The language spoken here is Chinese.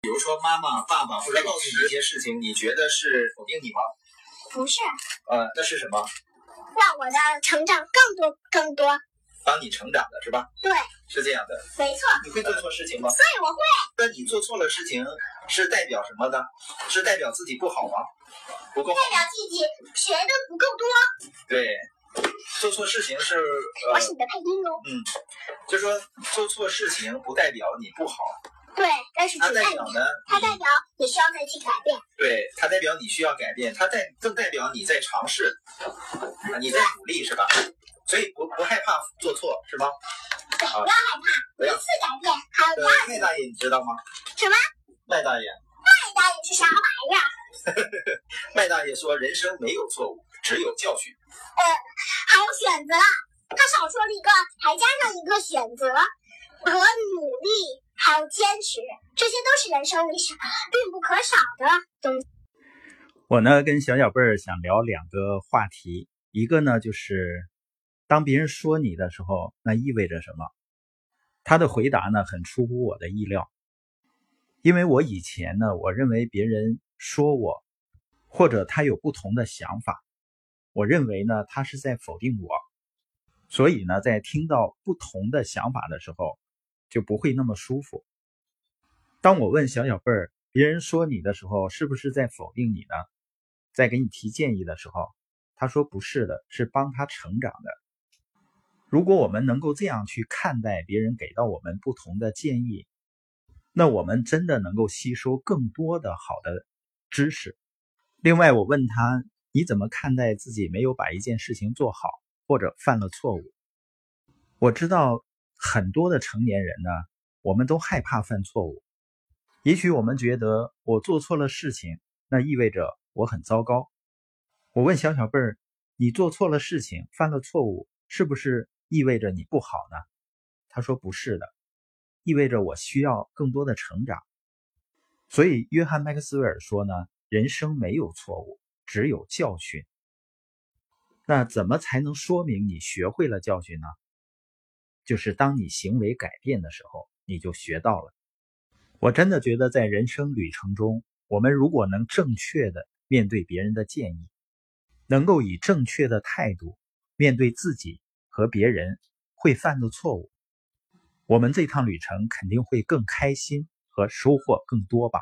比如说妈妈、爸爸或者告诉你一些事情，你觉得是否定你吗？不是，呃，那是什么？让我的成长更多更多。帮你成长的是吧？对，是这样的。没错，你会做错事情吗？所以我会那你做错了事情是代表什么呢？是代表自己不好吗？不够好。代表自己学的不够多。对，做错事情是我呃是，你的配音哦。嗯，就说做错事情不代表你不好，对，但是只它代代表嗯表，呢，它你代表你需要再去改变。对，它代表你需要改变，它代更代表你在尝试，啊你在努力是吧？所以不不害怕做错是吗？对，好不要害不怕，要一次改变。还有呃第二，，麦大爷你知道吗？什么？麦大爷，代表也是啥玩意儿？麦大爷说人生没有错误，只有教训。还有选择，啊他少说了一个，还加上一个选择和努力，还有坚持，这些都是人生里少必不可少的东西。我呢跟小小贝儿想聊两个话题，一个呢就是当别人说你的时候，那意味着什么？他的回答呢很出乎我的意料，因为我以前呢，我认为别人说我，或者他有不同的想法，我认为呢他是在否定我，所以呢在听到不同的想法的时候，就不会那么舒服。当我问小小贝儿，别人说你的时候，是不是在否定你呢？在给你提建议的时候，他说不是的，是帮他成长的。如果我们能够这样去看待别人给到我们不同的建议，那我们真的能够吸收更多的好的知识。另外，我问他你怎么看待自己没有把一件事情做好，或者犯了错误？我知道很多的成年人呢，我们都害怕犯错误。也许我们觉得我做错了事情，那意味着我很糟糕。我问小小贝儿：“你做错了事情，犯了错误，是不是意味着你不好呢？”他说：“不是的，意味着我需要更多的成长。”所以，约翰麦克斯韦尔说呢：“人生没有错误，只有教训。”那怎么才能说明你学会了教训呢？就是当你行为改变的时候，你就学到了。我真的觉得，在人生旅程中，我们如果能正确的面对别人的建议，能够以正确的态度面对自己和别人会犯的错误，我们这趟旅程肯定会更开心和收获更多吧。